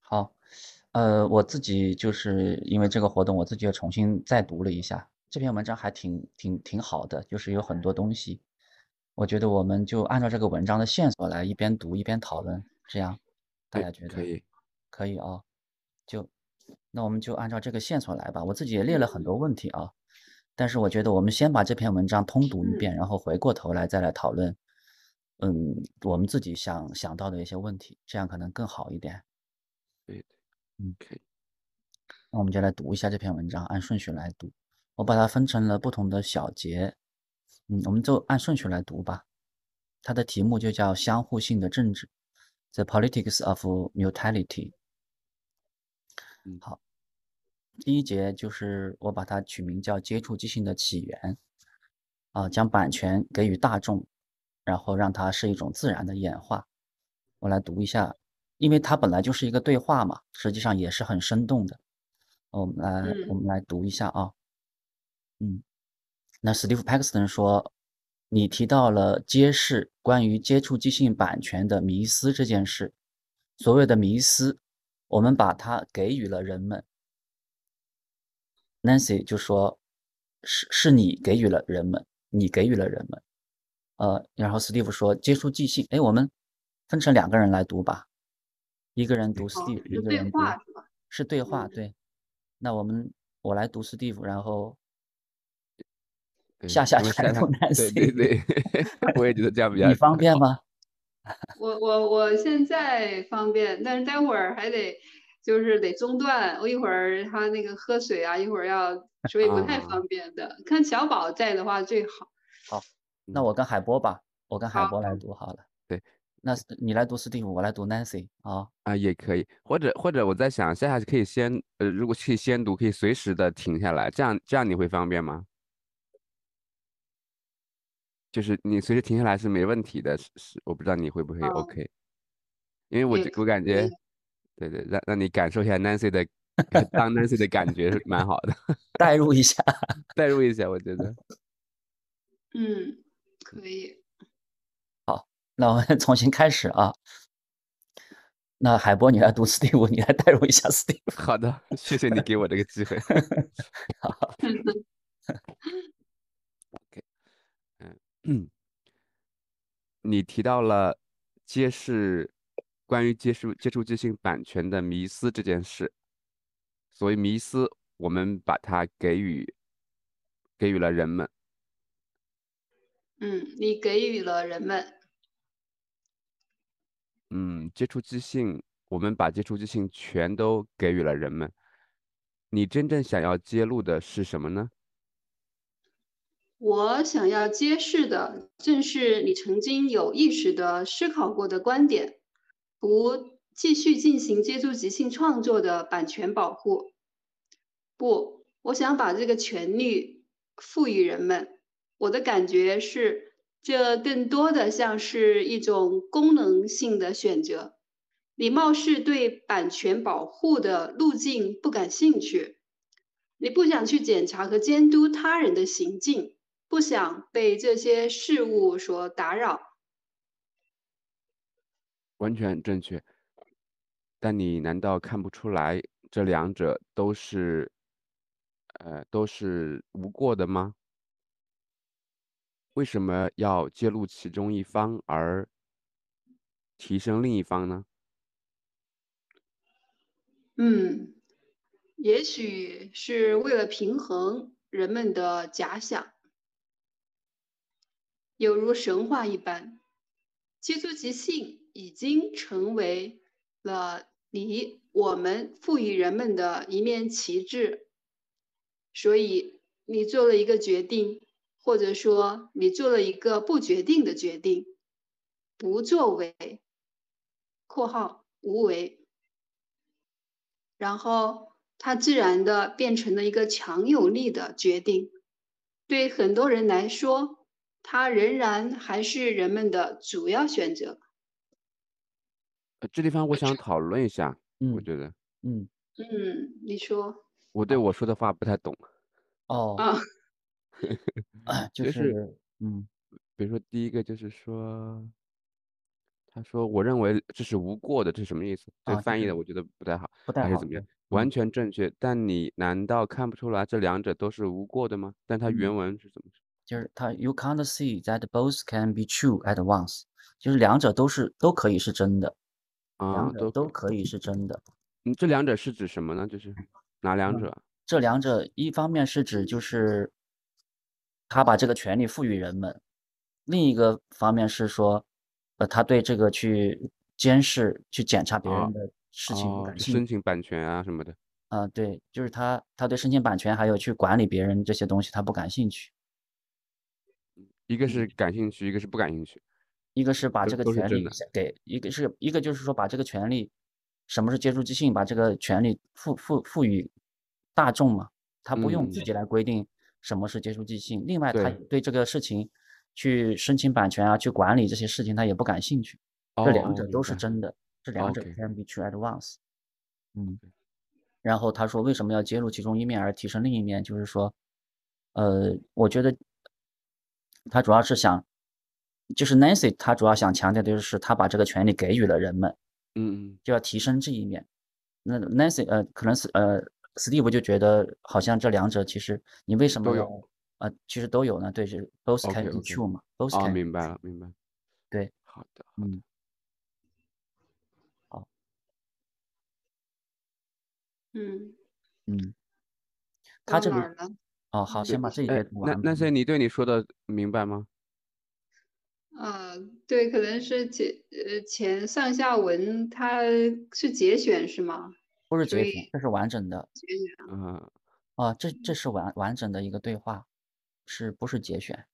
好，呃，我自己就是因为这个活动，我自己也重新再读了一下这篇文章，还挺挺挺好的，就是有很多东西，我觉得我们就按照这个文章的线索来一边读一边讨论，这样大哎，家觉可得以，可以啊？就那我们就按照这个线索来吧。我自己也列了很多问题啊，但是我觉得我们先把这篇文章通读一遍，然后回过头来再来讨论，嗯，我们自己想想到的一些问题，这样可能更好一点。对，嗯。可以，那我们就来读一下这篇文章，按顺序来读。我把它分成了不同的小节，嗯，我们就按顺序来读吧。它的题目就叫《相互性的政治》（The Politics of Mutuality）。嗯好，第一节就是我把它取名叫“接触即兴的起源”，啊，将版权给予大众，然后让它是一种自然的演化。我来读一下，因为它本来就是一个对话嘛，实际上也是很生动的。呃我们来，我嗯们来读一下啊，嗯。那史蒂夫·帕克斯顿说，你提到了揭示关于接触即兴版权的迷思这件事。所谓的迷思，我们把它给予了人们。Nancy 就说，是是你给予了人们，你给予了人们。呃，然后史蒂夫说，接触即兴，哎，我们分成两个人来读吧，一个人读史哦，蒂夫，一就个对人话读，是吧？是对话，嗯对。那我们我来读史蒂夫，然后对，下下我们去下来下，读对对 Nancy，对， 我也觉得这样比较你方便好。吗？我我我现在方便，但是待会儿还得就是得中断，我一会儿他那个喝水啊，一会儿要，所以不太啊，方便的。看小宝在的话最好。好，那嗯，我跟海波吧，我跟海好，波来读好了。对那是你来读史蒂夫，我来读 Nancy 啊、啊，也可以，或者或者我在想，下下可以先，呃，如果可以先读，可以随时的停下来，这样这样你会方便吗？就是你随时停下来是没问题的，是是，我不知道你会不会嗯， OK，因为我也觉我可感觉，以。对对，让让你感受一下 Nancy 的，当 Nancy 的感觉是蛮好的， 代入一下。 代入一下，我觉得，嗯，可以。那我们重新开始啊。那海波，你来读史蒂夫，你来代入一下史蒂夫。好的，谢谢你给我这个机会。好， OK，嗯，你提到了揭示关于接触接触即兴版权的迷思这件事，所以迷思我们把它给予给予了人们。嗯，你给予了人们。嗯，接触即兴，我们把接触即兴全都给予了人们。你真正想要揭露的是什么呢？我想要揭示的正是你曾经有意识的思考过的观点，不继续进行接触即兴创作的版权保护。不，我想把这个权利赋予人们。我的感觉是，这更多的像是一种功能性的选择。你貌似对版权保护的路径不感兴趣，你不想去检查和监督他人的行径，不想被这些事物所打扰。完全正确。但你难道看不出来这两者都是，呃，都是无过的吗？为什么要揭露其中一方而提升另一方呢？嗯，也许是为了平衡人们的假想，犹如神话一般。接触即兴已经成为了你我们赋予人们的一面旗帜，所以你做了一个决定，或者说你做了一个不决定的决定，不作为（括号无为），然后它自然的变成了一个强有力的决定。对很多人来说，它仍然还是人们的主要选择。呃，这地方我想讨论一下，我嗯觉得嗯，嗯，你说我对好我说的话不太懂，哦， 啊？就就是是嗯比如说第一个就是说。他说我认为这是无过的，这是什么意思？这啊就翻译是的我觉得不太好，不太还是好怎么对样？完嗯全正确，但你难道看不出来这两者都是无过的吗？但它原嗯文是怎么说？就是他 you can't see that both can be true at once，就是两者都是都可以是真的，两啊，者都都可以，可以是真的。嗯，这两者是指什么呢？就是哪两嗯者啊？这两者一方面是指就是他把这个权利赋予人们，另一个方面是说，呃，他对这个去监视、去检查别啊人的事情不哦，感就兴申趣请版权啊什么的。啊、对，就是他他对申请版权还有去管理别人这些东西他不感兴趣，一个嗯是感兴趣，一个是不感兴趣，一个是把都这个都是权真利的。先给，一个是一个就是说把这个权利，什么是接触即兴，把这个权利赋赋赋予大众嘛，他不用自嗯，己来规定什么是接触即兴。另外，他也对，对这个事情去申请版权啊，去管理这些事情，他也不感兴趣。哦这两哦，者明都是白真的，这两者，OK， can be true at once。嗯。然后他说为什么要揭露其中一面而提升另一面？就是说，呃，我觉得他主要是想，就是 Nancy 他主要想强调的就是他把这个权利给予了人们，嗯就要提升这一面。那 Nancy 呃，可能是呃，Steve 就觉得好像这两者其实你为嗯，什么都要有呃，其实都有呢？对，是 both ，OK can be OK， true 嘛，both 啊， can be 明白 true。了明白了，对，好的好的，嗯，好，嗯，嗯，他到这哪里儿了？哦，好，嗯，对，先把这一哎，节读那完吧。那些你对你说的明白吗？啊，对，可能是节呃前上下文它是节选是吗？不是所节以选，这是完整的。节选啊，啊，这这是完完整的一个对话，是不是节选？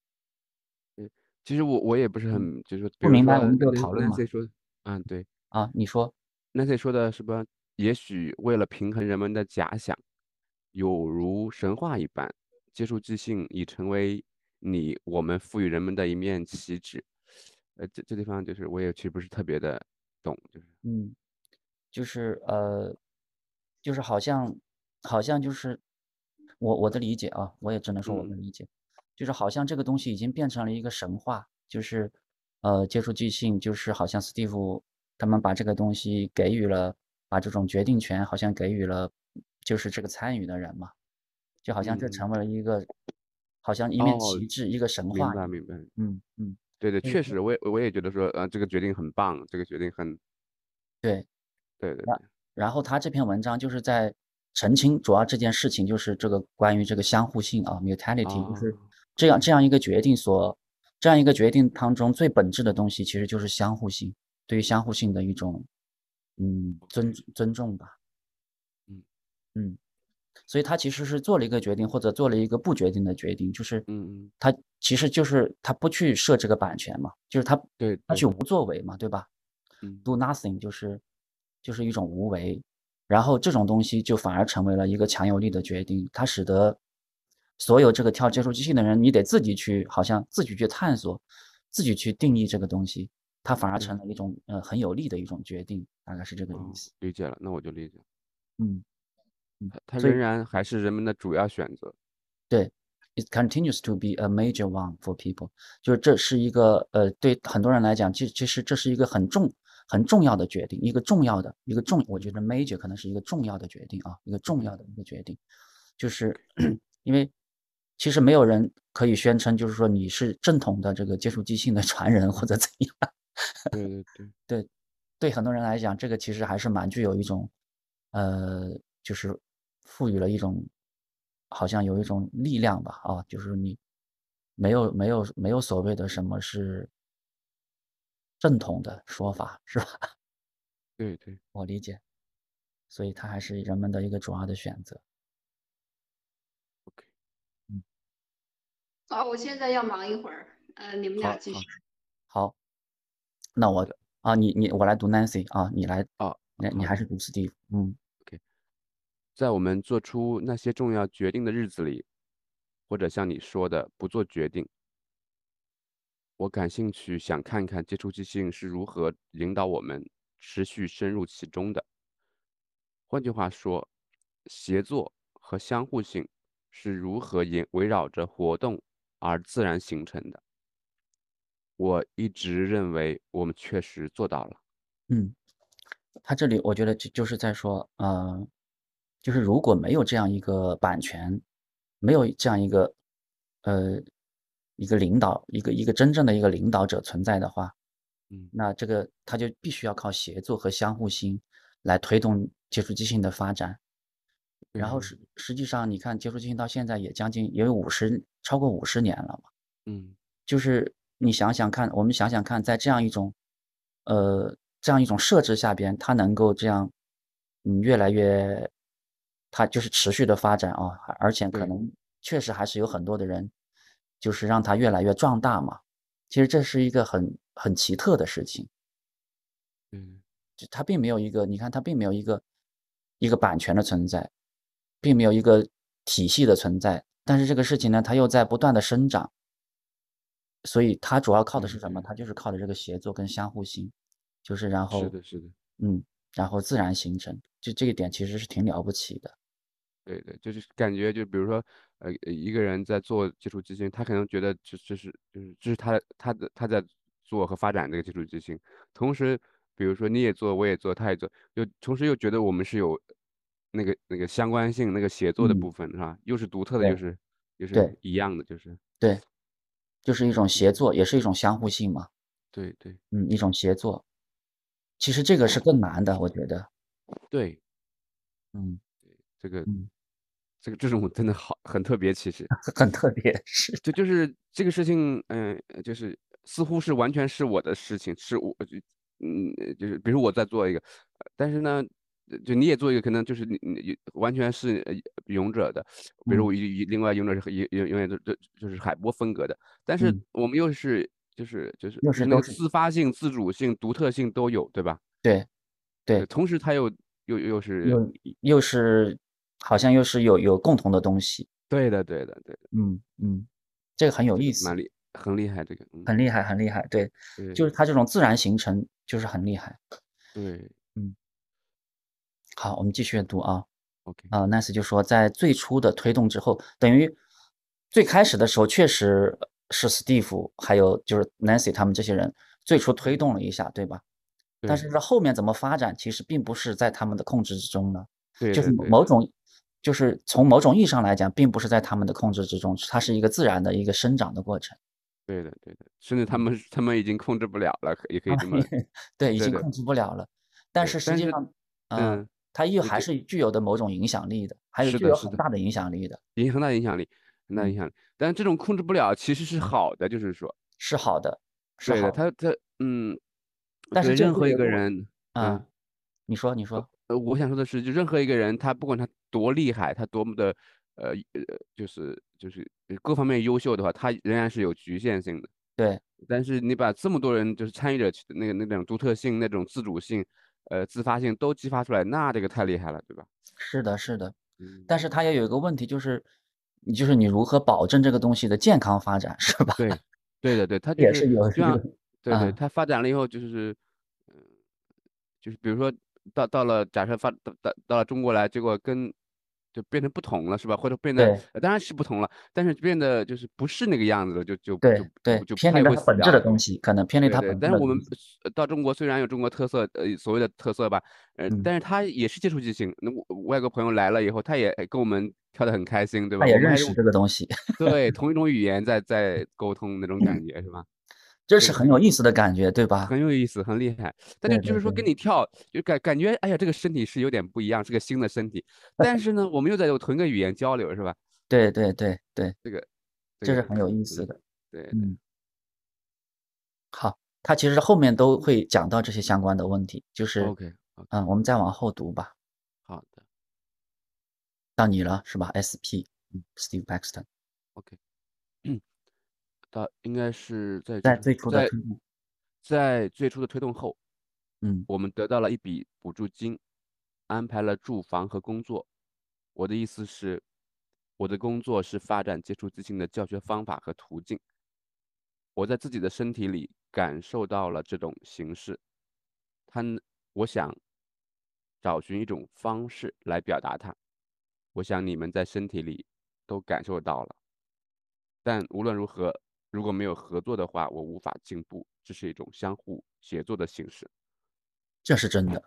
对，其实我我也不是嗯，很，就是说比不如明白说我们那就那讨论那嘛。些说，嗯，对，啊，你说，那些说的什么，也许为了平衡人们的假想，有如神话一般，接触即兴已成为你我们赋予人们的一面旗帜。呃，这这地方就是我也其实不是特别的懂，就是嗯，就是呃，就是好像好像就是我我的理解啊，我也只能说我的嗯理解，就是好像这个东西已经变成了一个神话，就是呃，接触即兴，就是好像 Steve 他们把这个东西给予了，把这种决定权好像给予了，就是这个参与的人嘛。就好像嗯这嗯，成为了一个，好像一面哦，旗帜，一个神明话白一样。明白，嗯嗯，对对，所以确说实，我也我也觉得说，呃，这个决定很棒，这个决定很，对，对对然对，然后他这篇文章就是在澄清主要这件事情，就是这个关于这个相互性啊 （mutality），就啊是这样，OK，这样一个决定所，这样一个决定当中最本质的东西其实就是相互性，对于相互性的一种嗯尊 OK，尊重吧，嗯嗯。所以他其实是做了一个决定，或者做了一个不决定的决定，就是嗯嗯，他其实就是他不去设这个版权嘛，就是他对他对，去无作为嘛，对吧嗯？Do nothing 就是就是一种无为，然后这种东西就反而成为了一个强有力的决定，它使得所有这个跳接触即兴的人，你得自己去，好像自己去探索，自己去定义这个东西，它反而成对，了一种呃很有力的一种决定，大概是这个意哦，思。理解了，那我就理解了，嗯嗯，它它所仍以。然还是人们的主要选择，对，it continues to be a major one for people，就是这是一个呃，对很多人来讲，其其实这是一个很重很重要的决定，一个重要的一个重，我觉嗯得 major 可能是一个重要的决定啊，一个重要嗯的一个决定，就是，OK，因为其实没有人可以宣称就是说你是正统的这个接触即兴的传人或者怎样，对对对，对，对很多人来讲，这个其实还是蛮具有一种，呃，就是赋予了一种，好像有一种力量吧，啊，就是你没有没有没有所谓的什么是正统的说法，是吧？ 对对，我理解，所以它还是人们的一个主要的选择。 OK，嗯，啊，我现在要忙一会儿，呃，你们俩好继续。好好，那好我的，啊，你你我来读 Nancy 啊，你来，哦，你你好还的是读 Steve，嗯，OK。在我们做出那些重要决定的日子里，或者像你说的不做决定，我感兴趣想看看接触即兴是如何引导我们持续深入其中的。换句话说，协作和相互性是如何沿围绕着活动而自然形成的。我一直认为我们确实做到了。嗯，他这里我觉得就就是在说，呃，就是如果没有这样一个版权，没有这样一个呃一个领导，一个一个真正的一个领导者存在的话，嗯那这个他就必须要靠协作和相互性来推动接触机性的发展。然后对实实际上，你看接触机性到现在也将近也有五十超过五十年了嘛，嗯就是你想想看，我们想想看，在这样一种呃这样一种设置下边，它能够这样嗯越来越，它就是持续的发展啊，还而且可对能确实还是有很多的人，就是让它越来越壮大嘛。其实这是一个很很奇特的事情。嗯就它并没有一个，你看它并没有一个一个版权的存在，并没有一个体系的存在。但是这个事情呢，它又在不断的生长，所以它主要靠的是什么？嗯它就是靠的这个协作跟相互性，就是然是后的，是的，嗯，然后自然形成。就这一点其实是挺了不起的。对对，就是感觉就比如说，呃，一个人在做接触基金，他可能觉得这这是就是这是他的他的他在做和发展这个接触基金，同时比如说你也做，我也做，他也做，又同时又觉得我们是有那个那个相关性、那个协作的嗯部分，是吧？又是独特的，又对是又是对一样的，就是对，就是一种协作，也是一种相互性嘛。对对嗯，一种协作，其实这个是更难的，我觉得。对，嗯这个嗯，这个这种真的好很特别，其实。 很很特别，是就就是这个事情，嗯、呃，就是似乎是完全是我的事情，是我，就嗯，呃就是比如我在做一个，呃但是呢，呃就你也做一个，可能就是你你完全是呃勇者的，比如嗯我一一另外勇者是和永永永远都就就是海波风格的，但是嗯，我们又是就是就是又就是是都那个是自发性、自主性、独特性都有，对吧？对对，对。同时它又又又是又又是好像又是有有共同的东西，对的，对的，对的，嗯嗯，这个很有这意个蛮思，厉，很厉害，这个，嗯，很厉害，很厉害，对，对就是它这种自然形成就是很厉害，对嗯，好，我们继续读啊， ，OK，啊、n a n c y 就说在最初的推动之后，等于最开始的时候确实是 Steve 还有就是 Nancy 他们这些人最初推动了一下，对吧？但对是这后面怎么发展，其实并不是在他们的控制之中呢。对就是某的，对某的，种，就是从某种意义上来讲，并不是在他们的控制之中，它是一个自然的一个生长的过程。对的，对的，甚至嗯，他啊们是他们已经控制不了了，可也可他以们这么，也对已对经对控制不了了，但对，是实但际是，上，呃，嗯，它又你还这是具有的某种影响力的，还有是具的，有是很的，大的影响力的。影响很大影响力，很大嗯，影响力，但是这种控制不了其实是好的，就是说，是好的，是对的，好的，他他嗯，但是对这任会何一有个个问，人，嗯，啊，你说，你说，呃，我想说的是，就任何一个人，他不管他多厉害，他多么的，呃呃，就是就是呃各方面优秀的话，他仍然是有局限性的。对，但是你把这么多人就是参与者去的那个那种独特性、那种自主性、呃自发性都激发出来，那这个太厉害了，对吧？是的，是的，嗯，但是它也有一个问题，就是，就是你如何保证这个东西的健康发展，是吧？ 对，对的，对，它就也是是有就有像，对对，啊，它发展了以后就是，嗯、就是比如说到到了假设发到到到了中国来，结果跟就变成不同了，是吧？或者变得、对呃当然是不同了，但是变得就是不是那个样子了，就就对就就对，就偏它离也了会它死本质掉的的。东西，可能偏离对它对，本但质是的我们东西。呃到中国虽然有中国特色，呃，所谓的特色吧，呃，嗯，但是它也是接触即兴。那我外国朋友来了以后，他也哎跟我们跳得很开心，对他吧？也我们认还识用这个东西， 对同一种语言在在沟通那种感觉是吧？这这是个很这个有意思的感觉，对吧？很有意思，很厉害。他就对就对是说对，跟你跳，就感感觉哎呀，这个身体是有点不一样，是个新的身体。但是呢，我们又在用同一个语言交流，是吧？对对对对，这个这这是个这很个有意真的思的。对对嗯，好，它其实后面都会讲到这些相关的问题，就是， ，OK OK，嗯，我们再往后读吧，好的到你了是吧？SP，嗯，Steve Baxter， ，OK。到应该是在最在初最初的在推动，在最初的推动后，嗯我们得到了一笔补助金，安排了住房和工作。我的意思是，我的工作是发展接触自信的教学方法和途径。我在自己的身体里感受到了这种形式，它呢，我想找寻一种方式来表达它。我想你们在身体里都感受到了，但无论如何，如果没有合作的话，我无法进步，这是一种相互协作的形式。这是真的。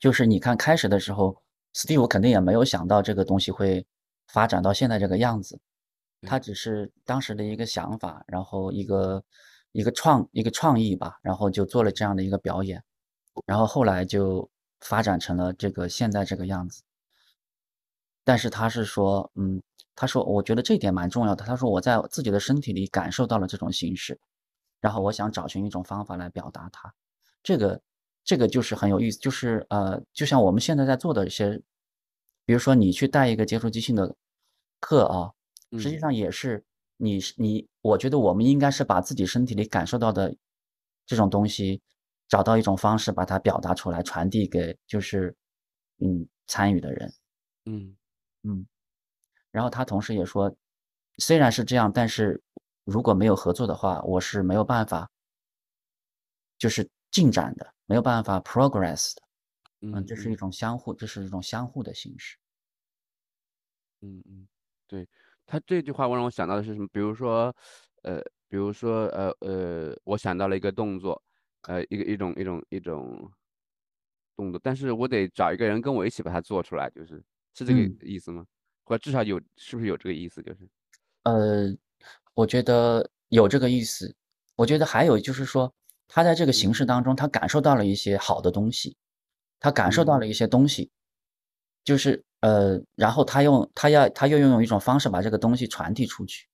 就是你看开始的时候，Steve 肯定也没有想到这个东西会发展到现在这个样子，他只是当时的一个想法，然后一个一个创一个创意吧，然后就做了这样的一个表演，然后后来就发展成了这个现在这个样子。但是他是说，嗯，他说我觉得这点蛮重要的，他说我在自己的身体里感受到了这种形式，然后我想找寻一种方法来表达它，这个。这个就是很有意思，就是呃，就像我们现在在做的一些，比如说你去带一个接触即兴的课啊，实际上也是你你，我觉得我们应该是把自己身体里感受到的这种东西，找到一种方式把它表达出来，传递给就是嗯参与的人，嗯嗯，然后他同时也说，虽然是这样，但是如果没有合作的话，我是没有办法，就是。进展的没有办法 progress 的，嗯，这是一种相互，这是一种相互的形式。嗯嗯，对他这句话，我让我想到的是什么？比如说，呃，比如说，呃呃，我想到了一个动作，呃，一个一种一种一种动作，但是我得找一个人跟我一起把它做出来，就是是这个意思吗？嗯、或至少有，是不是有这个意思？就是，呃，我觉得有这个意思。我觉得还有就是说。他在这个形式当中，他感受到了一些好的东西，他感受到了一些东西，就是呃，然后他用他要他又用一种方式把这个东西传递出去，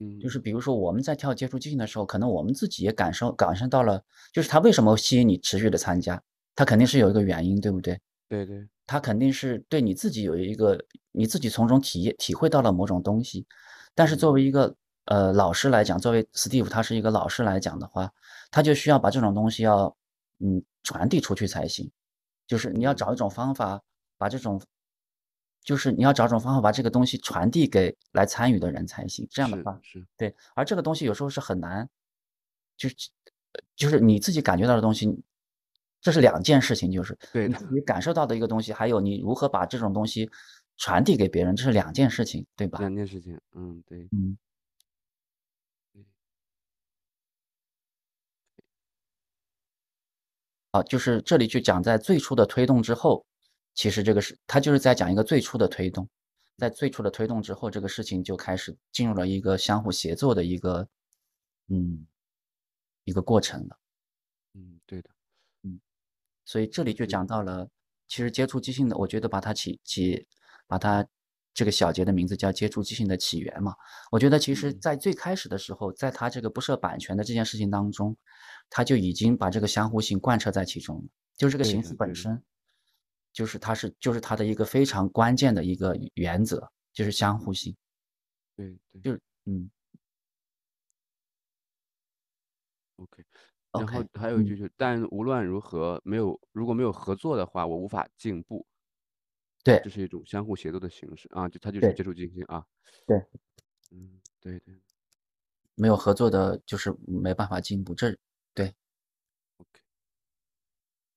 嗯，就是比如说我们在跳接触即兴的时候，可能我们自己也感受感受到了，就是他为什么吸引你持续的参加，他肯定是有一个原因，对不对？对对，他肯定是对你自己有一个你自己从中体体会到了某种东西，但是嗯作为一个。呃，老师来讲，作为 Steve，他是一个老师来讲的话，他就需要把这种东西要，嗯，传递出去才行。就是你要嗯找一种方法，把这种，就是你要找一种方法把这个东西传递给来参与的人才行。这样的话，是对。而这个东西有时候是很难，就呃就是你自己感觉到的东西，这是两件事情，就是对你自己感受到的一个东西，还有你如何把这种东西传递给别人，这是两件事情，对吧？两件事情，嗯，对，嗯。啊，就是这里去讲，在最初的推动之后，其实这个是他就是在讲一个最初的推动，在最初的推动之后，这个事情就开始进入了一个相互协作的一个，嗯，一个过程了。嗯，对的，嗯，所以这嗯里就讲到了，其实接触即兴的，我觉得把它起起，把它这个小节的名字叫接触即兴的起源嘛。我觉得其嗯实在最开始的时候，在他这个不设版权的这件事情当中。他就已经把这个相互性贯彻在其中了，就这个形式本身，就是它是就是它的一个非常关键的一个原则，就是相互性。对对，就是嗯，OK。然后还嗯有一句就是，但无论如何，没有如果没有合作的话，我无法进步。啊对，这是一种相互协作的形式啊，就它就是接触进行啊。对，嗯，对对，没有合作的，就是没办法进步。这。对，OK，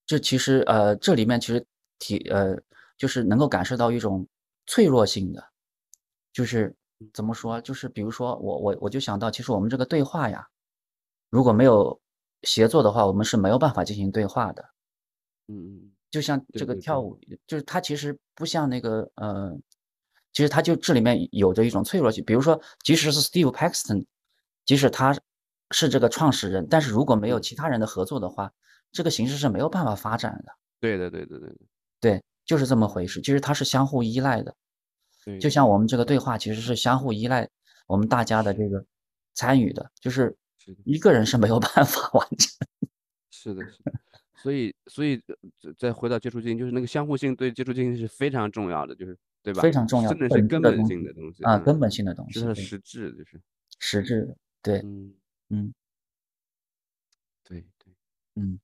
这其实呃，这里面其实体呃，就是能够感受到一种脆弱性的，就是怎么说，就是比如说我我我就想到，其实我们这个对话呀，如果没有协作的话，我们是没有办法进行对话的。嗯嗯，就像这个跳舞，就是它其实不像那个呃，其实它就这里面有着一种脆弱性，比如说，即使是 Steve Paxton，即使他。是这个创始人，但是如果没有其他人的合作的话，这个形式是没有办法发展的。对的，对对对对，就是这么回事。其实它是相互依赖的，就像我们这个对话其实是相互依赖我们大家的这个参与的，就是一个人是没有办法 完成。是的，是的。所以，所以再回到接触性，就是那个相互性对接触性是非常重要的，就是对吧？非常重要，真的是根本性的东西啊，根本性的东西，它的实质就是实质，对，嗯嗯，对对，嗯。